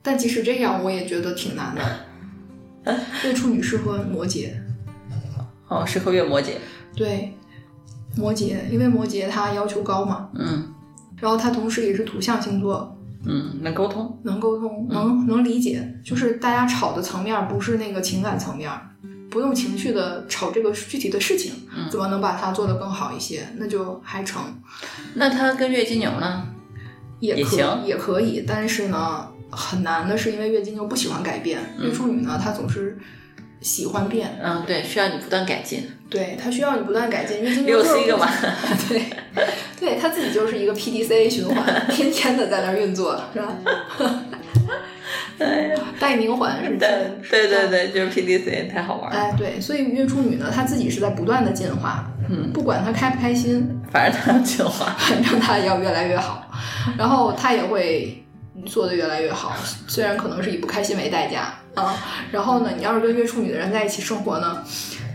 但即使这样，我也觉得挺难的。 约处女适合摩羯，哦，适合月摩羯，对，摩羯，因为摩羯他要求高嘛，嗯然后他同时也是土象星座，嗯，能沟通，能沟通，嗯能能理解，就是大家吵的层面儿不是那个情感层面儿，不用情绪的吵这个具体的事情嗯，怎么能把它做得更好一些？那就还成，那他跟月金牛呢？也也可行也可以，但是呢，很难的是因为月经就不喜欢改变，嗯月处女呢，她总是。喜欢变，嗯，对，需要你不断改进，对她需要你不断改进。月经六 C 个嘛， 对，对她自己就是一个 PDCA 循环， 天天的在那儿运作，是吧？ 哎呀，带冥环是对吧？对对对，就是 PDC 太好玩儿了，哎，对，所以月处女呢，她自己是在不断的进化，嗯，不管她开不开心，反正他要进化， 反正她要越来越好，然后她也会做的越来越好，虽然可能是以不开心为代价啊。然后呢，你要是跟月处女的人在一起生活呢，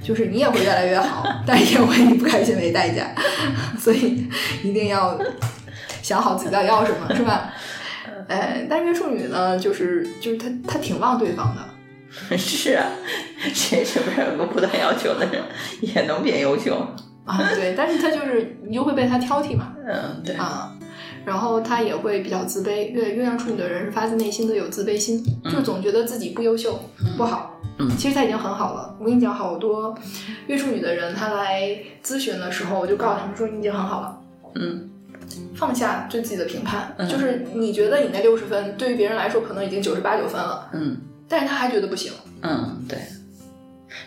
就是你也会越来越好，但也会以不开心为代价， 所以一定要想好自己要要什么，是吧？呃，但月处女呢，就是就是她她挺旺对方 的，是啊，谁身边有个不断要求的人，也能变优秀，啊，对，但是她就是你就会被她挑剔嘛。嗯，对，啊，然后他也会比较自卑。月月亮处女的人是发自内心的有自卑心，就总觉得自己不优秀、不好。嗯其实他已经很好了。我跟你讲，好多月处女的人，他来咨询的时候，我就告诉他们说，你已经很好了。嗯放下对自己的评判，嗯就是你觉得你那六十分，对于别人来说可能已经九十八九分了，嗯但是他还觉得不行。嗯，对，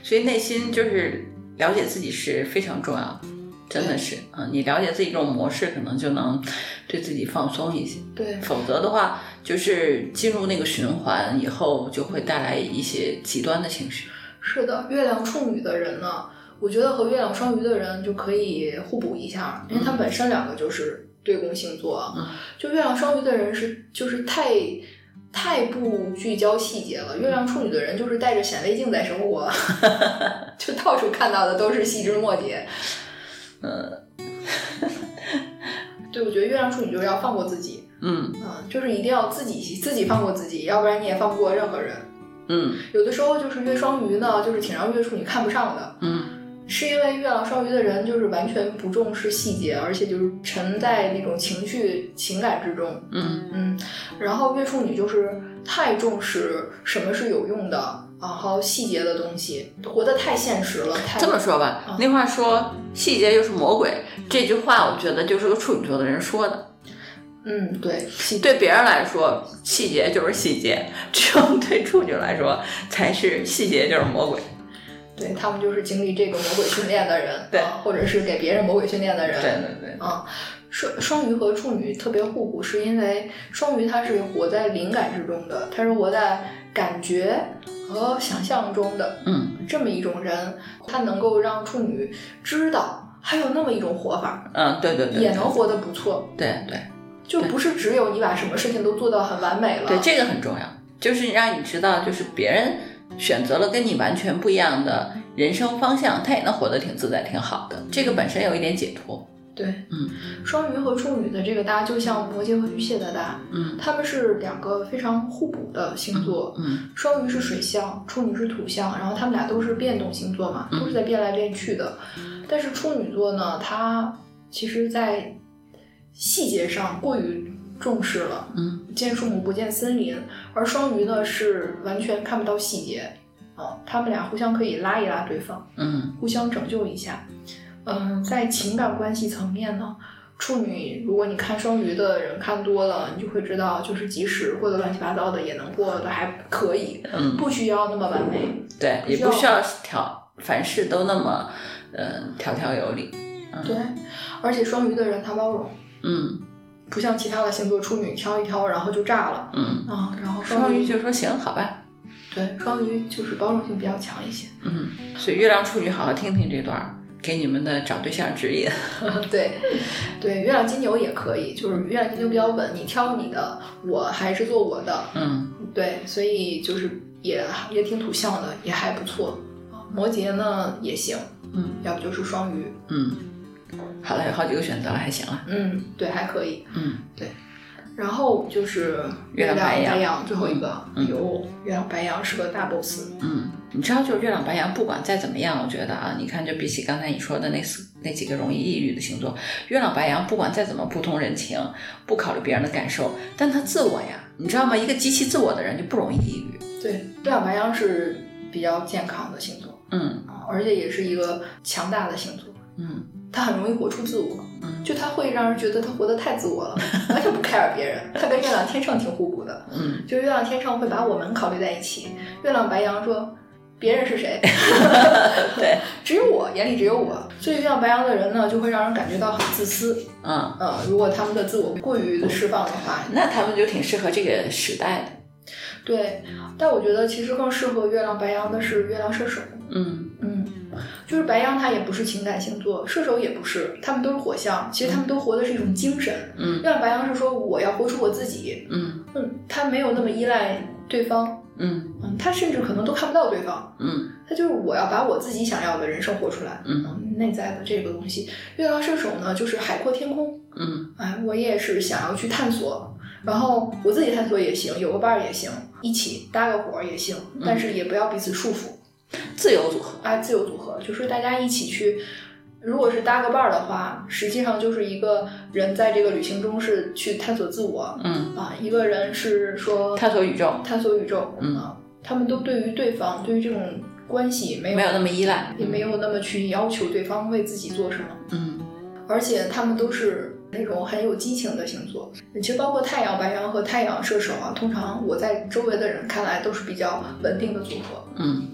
所以内心就是了解自己是非常重要的。真的是，嗯，你了解自己这种模式，可能就能对自己放松一些。对，否则的话，就是进入那个循环以后，就会带来一些极端的情绪。是的，月亮处女的人呢，我觉得和月亮双鱼的人就可以互补一下，因为他们本身两个就是对宫星座。啊嗯就月亮双鱼的人是就是太太不聚焦细节了，月亮处女的人就是带着显微镜在生活， 就到处看到的都是细枝末节。嗯，对，我觉得月亮处女就是要放过自己，嗯嗯，就是一定要自己自己放过自己，要不然你也放不过任何人。嗯有的时候就是月双鱼呢，就是挺让月处女看不上的。嗯是因为月老少鱼的人就是完全不重视细节，而且就是沉在那种情绪情感之中。嗯嗯，然后月处女就是太重视什么是有用的，然后细节的东西，活得太现实了。太这么说吧，嗯那话说细节就是魔鬼这句话，我觉得就是个处女座的人说的。嗯，对，细对别人来说，细节就是细节，只有对处女来说才是细节就是魔鬼。对他们就是经历这个魔鬼训练的人，对啊或者是给别人魔鬼训练的人。对对对，啊，双双鱼和处女特别互补，是因为双鱼它是活在灵感之中的，它是活在感觉和想象中的嗯这么一种人，他能够让处女知道还有那么一种活法，嗯，对对对，也能活得不错，对对就不是只有你把什么事情都做到很完美了。对，这个很重要，就是让你知道，就是别人选择了跟你完全不一样的人生方向，他也能活得挺自在、挺好的。这个本身有一点解脱。对，嗯，双鱼和处女的这个搭，就像摩羯和巨蟹的搭，嗯他们是两个非常互补的星座。嗯双鱼是水象，处女是土象，然后他们俩都是变动星座嘛，嗯都是在变来变去的。但是处女座呢，它其实在细节上过于重视了，嗯见树木不见森林，而双鱼呢是完全看不到细节。啊，他们俩互相可以拉一拉对方，嗯互相拯救一下。嗯，在情感关系层面呢，处女，如果你看双鱼的人看多了，你就会知道，就是即使过得乱七八糟的，也能过得还可以，嗯，不需要那么完美。对，不也需不要需要条凡事都那么，呃，条条有理。对，而且双鱼的人他包容，嗯不像其他的星座，处女挑一挑然后就炸了嗯，啊、然后双双鱼鱼就说行，好吧。对双鱼就是包容性比较强一些。嗯，所以月亮处女好好听听这段儿，给你们的找对象指引。嗯对，对，月亮金牛也可以，就是月亮金牛比较稳，你挑你的，我还是做我的。嗯对，所以就是也也挺土象的，也还不错。啊摩羯呢也行，嗯，要不就是双鱼，嗯，好了，有好几个选择了，还行了。嗯，对，还可以。嗯然后就是月亮白羊白羊最后一个，嗯有月亮白羊是个大 boss，嗯，你知道，就是月亮白羊，不管再怎么样，我觉得啊，你看，就比起刚才你说的那四那几个容易抑郁的星座，月亮白羊不管再怎么不通人情，不考虑别人的感受，但他自我呀，你知道吗？一个极其自我的人就不容易抑郁。对，月亮白羊是比较健康的星座，嗯啊而且也是一个强大的星座，嗯他很容易活出自我，嗯就他会让人觉得他活得太自我了，完全不 care 别人，他跟月亮天秤挺互补的，嗯，就月亮天秤会把我们考虑在一起，月亮白羊说别人是谁， 对，只有我眼里只有我，所以月亮白羊的人呢，就会让人感觉到很自私。嗯，呃，如果他们的自我过于释放的话，那他们就挺适合这个时代的。对。但我觉得其实更适合月亮白羊的是月亮射手，嗯嗯，就是白羊它也不是情感星座，射手也不是，他们都是火象，其实他们都活的是一种精神。嗯月亮白羊是说我要活出我自己，嗯嗯，他没有那么依赖对方，嗯嗯，他甚至可能都看不到对方。嗯他就是我要把我自己想要的人生活出来，嗯嗯，内在的这个东西。月亮射手呢，就是海阔天空，嗯哎，我也是想要去探索，然后我自己探索也行，有个伴儿也行，一起搭个伙儿也行，但是也不要彼此束缚，嗯，自由组合。哎，自由组合，就是大家一起去。如果是搭个伴儿的话，实际上就是一个人在这个旅行中是去探索自我嗯，啊，一个人是说探索宇宙探索宇宙，嗯啊，他们都对于对方，对于这种关系没有没有那么依赖。也没有那么去要求对方为自己做什么，嗯而且他们都是那种很有激情的星座。其实包括太阳白羊和太阳射手啊，通常我在周围的人看来都是比较稳定的组合，嗯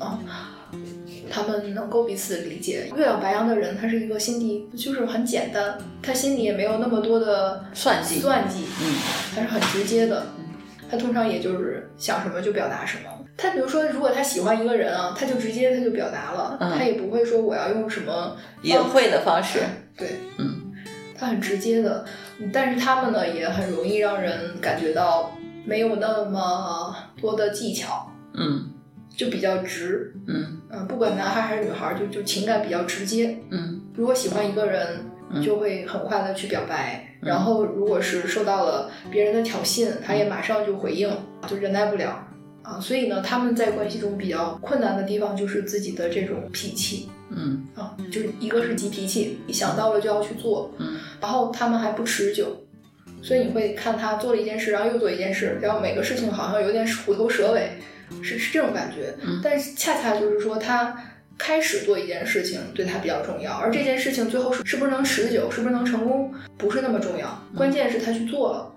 他们能够彼此理解。月亮白羊的人，他是一个心地就是很简单，他心里也没有那么多的算计算计，嗯他是很直接的嗯。他通常也就是想什么就表达什么。他比如说，如果他喜欢一个人啊，他就直接他就表达了，嗯他也不会说我要用什么隐晦的方式。对，嗯，他很直接的，嗯但是他们呢也很容易让人感觉到没有那么多的技巧，嗯就比较直。嗯嗯，不管男孩还是女孩，就就情感比较直接。嗯如果喜欢一个人，嗯就会很快的去表白。嗯然后如果是受到了别人的挑衅，他也马上就回应，就忍耐不了。啊，所以呢，他们在关系中比较困难的地方就是自己的这种脾气嗯啊，就是一个是急脾气，一想到了就要去做，嗯，然后他们还不持久，所以你会看他做了一件事，然后又做一件事，然后每个事情好像有点虎头蛇尾，是是这种感觉。嗯但是恰恰就是说，他开始做一件事情对他比较重要，而这件事情最后是是不是能持久，是不是能成功，不是那么重要，关键是他去做了。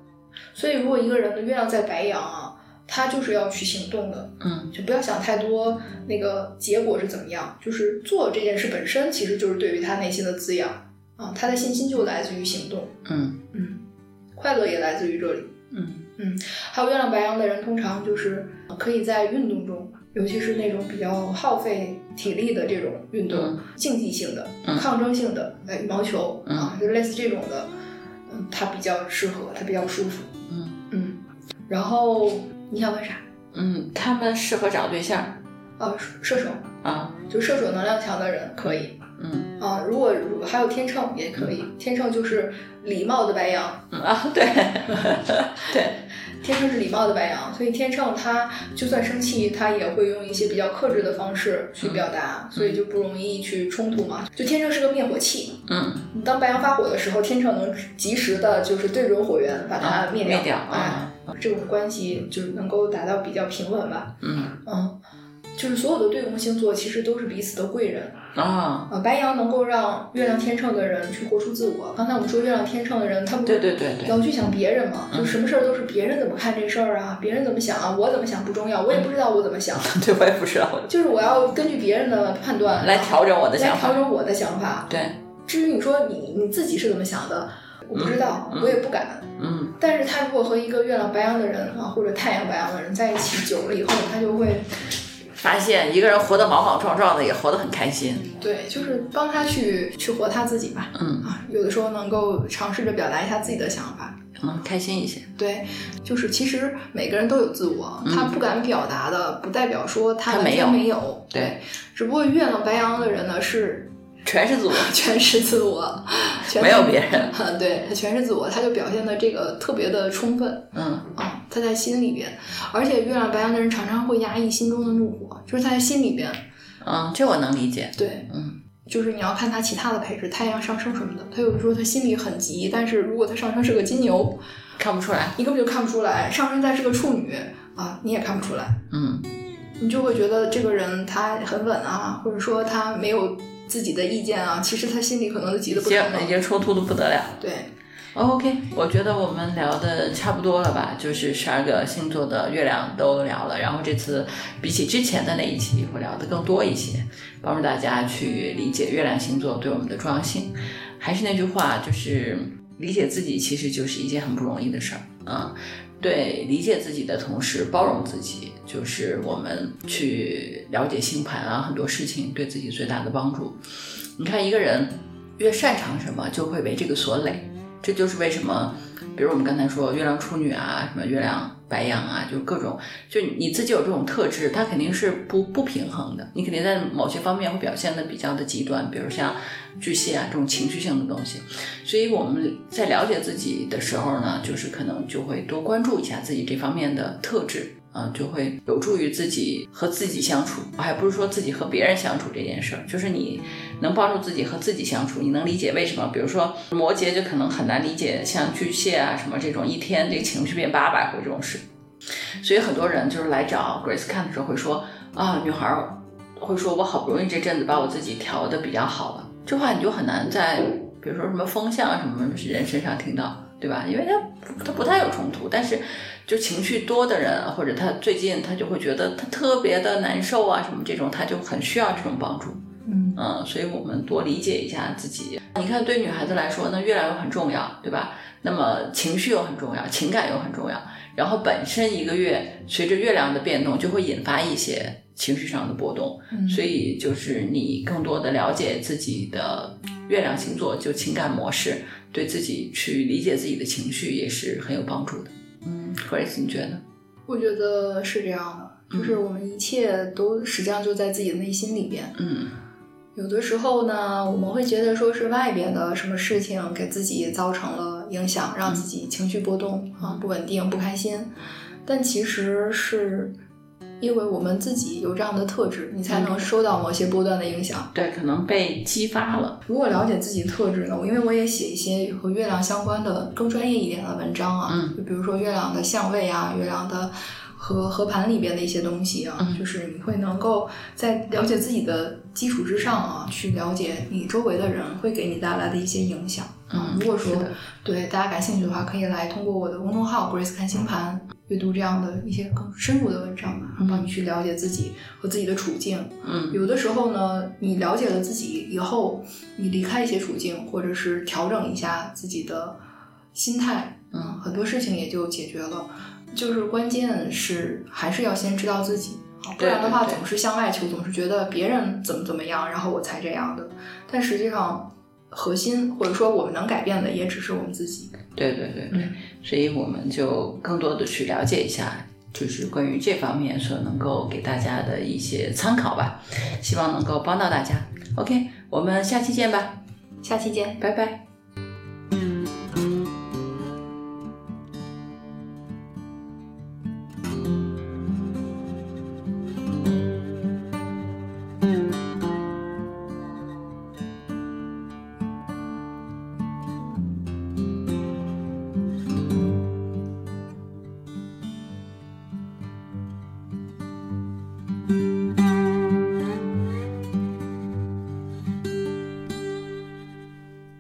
所以，如果一个人的月亮在白羊啊，他就是要去行动的，嗯就不要想太多那个结果是怎么样，就是做这件事本身其实就是对于他内心的滋养啊，他的信心就来自于行动，嗯嗯，快乐也来自于这里。嗯还有月亮白羊的人，通常就是可以在运动中，尤其是那种比较耗费体力的这种运动，嗯竞技性的、嗯抗争性的，呃，羽毛球、嗯啊，就类似这种的，嗯，它比较适合，它比较舒服，嗯嗯。然后你想问啥？嗯，他们适合找对象啊，射射手，啊，就射手能量强的人可以嗯啊。如果如还有天秤也可以，天秤就是礼貌的白羊，嗯啊，对对，天秤是礼貌的白羊，所以天秤他就算生气，他也会用一些比较克制的方式去表达，嗯所以就不容易去冲突嘛。就天秤是个灭火器，嗯你当白羊发火的时候，天秤能及时的就是对准火源把它啊灭灭掉哎啊，这种关系就是能够达到比较平稳吧。嗯嗯，就是所有的对宫星座其实都是彼此的贵人，啊，啊，白羊能够让月亮天秤的人去活出自我。刚才我们说月亮天秤的人，他不对对对对老去想别人嘛，就嗯什么事儿都是别人怎么看这事儿啊，别人怎么想啊，我怎么想不重要，我也不知道我怎么想，对我也不知道， 就是我要根据别人的判断来调整我我的来想调法，整我的想法。对，至于你说你你自己是怎么想的，我不知道，嗯我也不敢。嗯但是他如果和一个月亮白羊的人啊，或者太阳白羊的人在一起久了以后，他就会发现一个人活得莽莽撞撞的，也活得很开心。对，就是帮他去去活他自己吧。嗯啊，有的时候能够尝试着表达一下自己的想法。嗯，开心一些。对，就是其实每个人都有自我，嗯他不敢表达的，不代表说他他完没全有没有。对，只不过月亮白羊的人呢是全是自我，全是自我，全没有 别人。嗯，对他全是自我，他就表现的这个特别的充分嗯啊、他在心里边，而且月亮白羊的人常常会压抑心中的怒火，就是他在心里边，嗯，这我能理解。对，嗯就是你要看他其他的配置，太阳上升什么的，他有的时候他心里很急，但是如果他上升是个金牛，看不出来。你根本就看不出来；上升再是个处女啊，你也看不出来，嗯你就会觉得这个人他很稳啊，或者说他没有自己的意见啊，其实他心里可能都急得已不行经了已。经冲突的不得了。对， OK，我觉得我们聊的差不多了吧，就是十二个星座的月亮都聊了，然后这次比起之前的那一期会聊的更多一些，帮助大家去理解月亮星座对我们的重要性。还是那句话，就是理解自己其实就是一件很不容易的事儿，嗯。对，理解自己的同时包容自己，就是我们去了解星盘啊，很多事情对自己最大的帮助。你看，一个人越擅长什么，就会为这个所累。这就是为什么，比如我们刚才说月亮处女啊，什么月亮白羊啊，就各种，就你自己有这种特质，它肯定是不不平衡的。你肯定在某些方面会表现的比较的极端，比如像巨蟹啊这种情绪性的东西。所以我们在了解自己的时候呢，就是可能就会多关注一下自己这方面的特质。啊，就会有助于自己和自己相处，还不是说自己和别人相处这件事儿，就是你能帮助自己和自己相处，你能理解为什么？比如说摩羯就可能很难理解像巨蟹啊什么这种一天这个情绪变八百回这种事，所以很多人就是来找 Grace 看的时候会说啊，女孩儿会说我好不容易这阵子把我自己调的比较好了，这话你就很难在比如说什么风象啊什么人身上听到。对吧？因为他他不太有冲突，但是就情绪多的人，啊或者他最近他就会觉得他特别的难受啊，什么这种，他就很需要这种帮助。嗯嗯，所以我们多理解一下自己。你看，对女孩子来说，那月亮又很重要，对吧？那么情绪又很重要，情感又很重要。然后本身一个月随着月亮的变动，就会引发一些情绪上的波动。嗯所以就是你更多的了解自己的月亮星座，就情感模式，对自己去理解自己的情绪也是很有帮助的。嗯，Grace，你觉得？我觉得是这样的，就是我们一切都实际上就在自己的内心里边。嗯有的时候呢，我们会觉得说是外边的什么事情给自己造成了影响，让自己情绪波动啊、不稳定、不开心，但其实是因为我们自己有这样的特质，你嗯才能受到某些波段的影响。对，可能被激发了。如果了解自己特质呢，我因为我也写一些和月亮相关的更专业一点的文章啊，嗯就比如说月亮的相位啊，月亮的和合盘里边的一些东西啊，嗯就是你会能够在了解自己的基础之上啊，去了解你周围的人会给你带来的一些影响。啊嗯，如果说是的对大家感兴趣的话，可以来通过我的公众号 Grace 看星盘阅读这样的一些更深入的文章吧，嗯帮你去了解自己和自己的处境。嗯有的时候呢，你了解了自己以后，你离开一些处境，或者是调整一下自己的心态，嗯很多事情也就解决了。就是关键是还是要先知道自己，啊不对然的话对对总是向外求，总是觉得别人怎么怎么样，然后我才这样的。但实际上，核心或者说我们能改变的也只是我们自己。对对对对，嗯所以我们就更多的去了解一下，就是关于这方面所能够给大家的一些参考吧，希望能够帮到大家。OK，我们下期见吧，下期见。拜拜。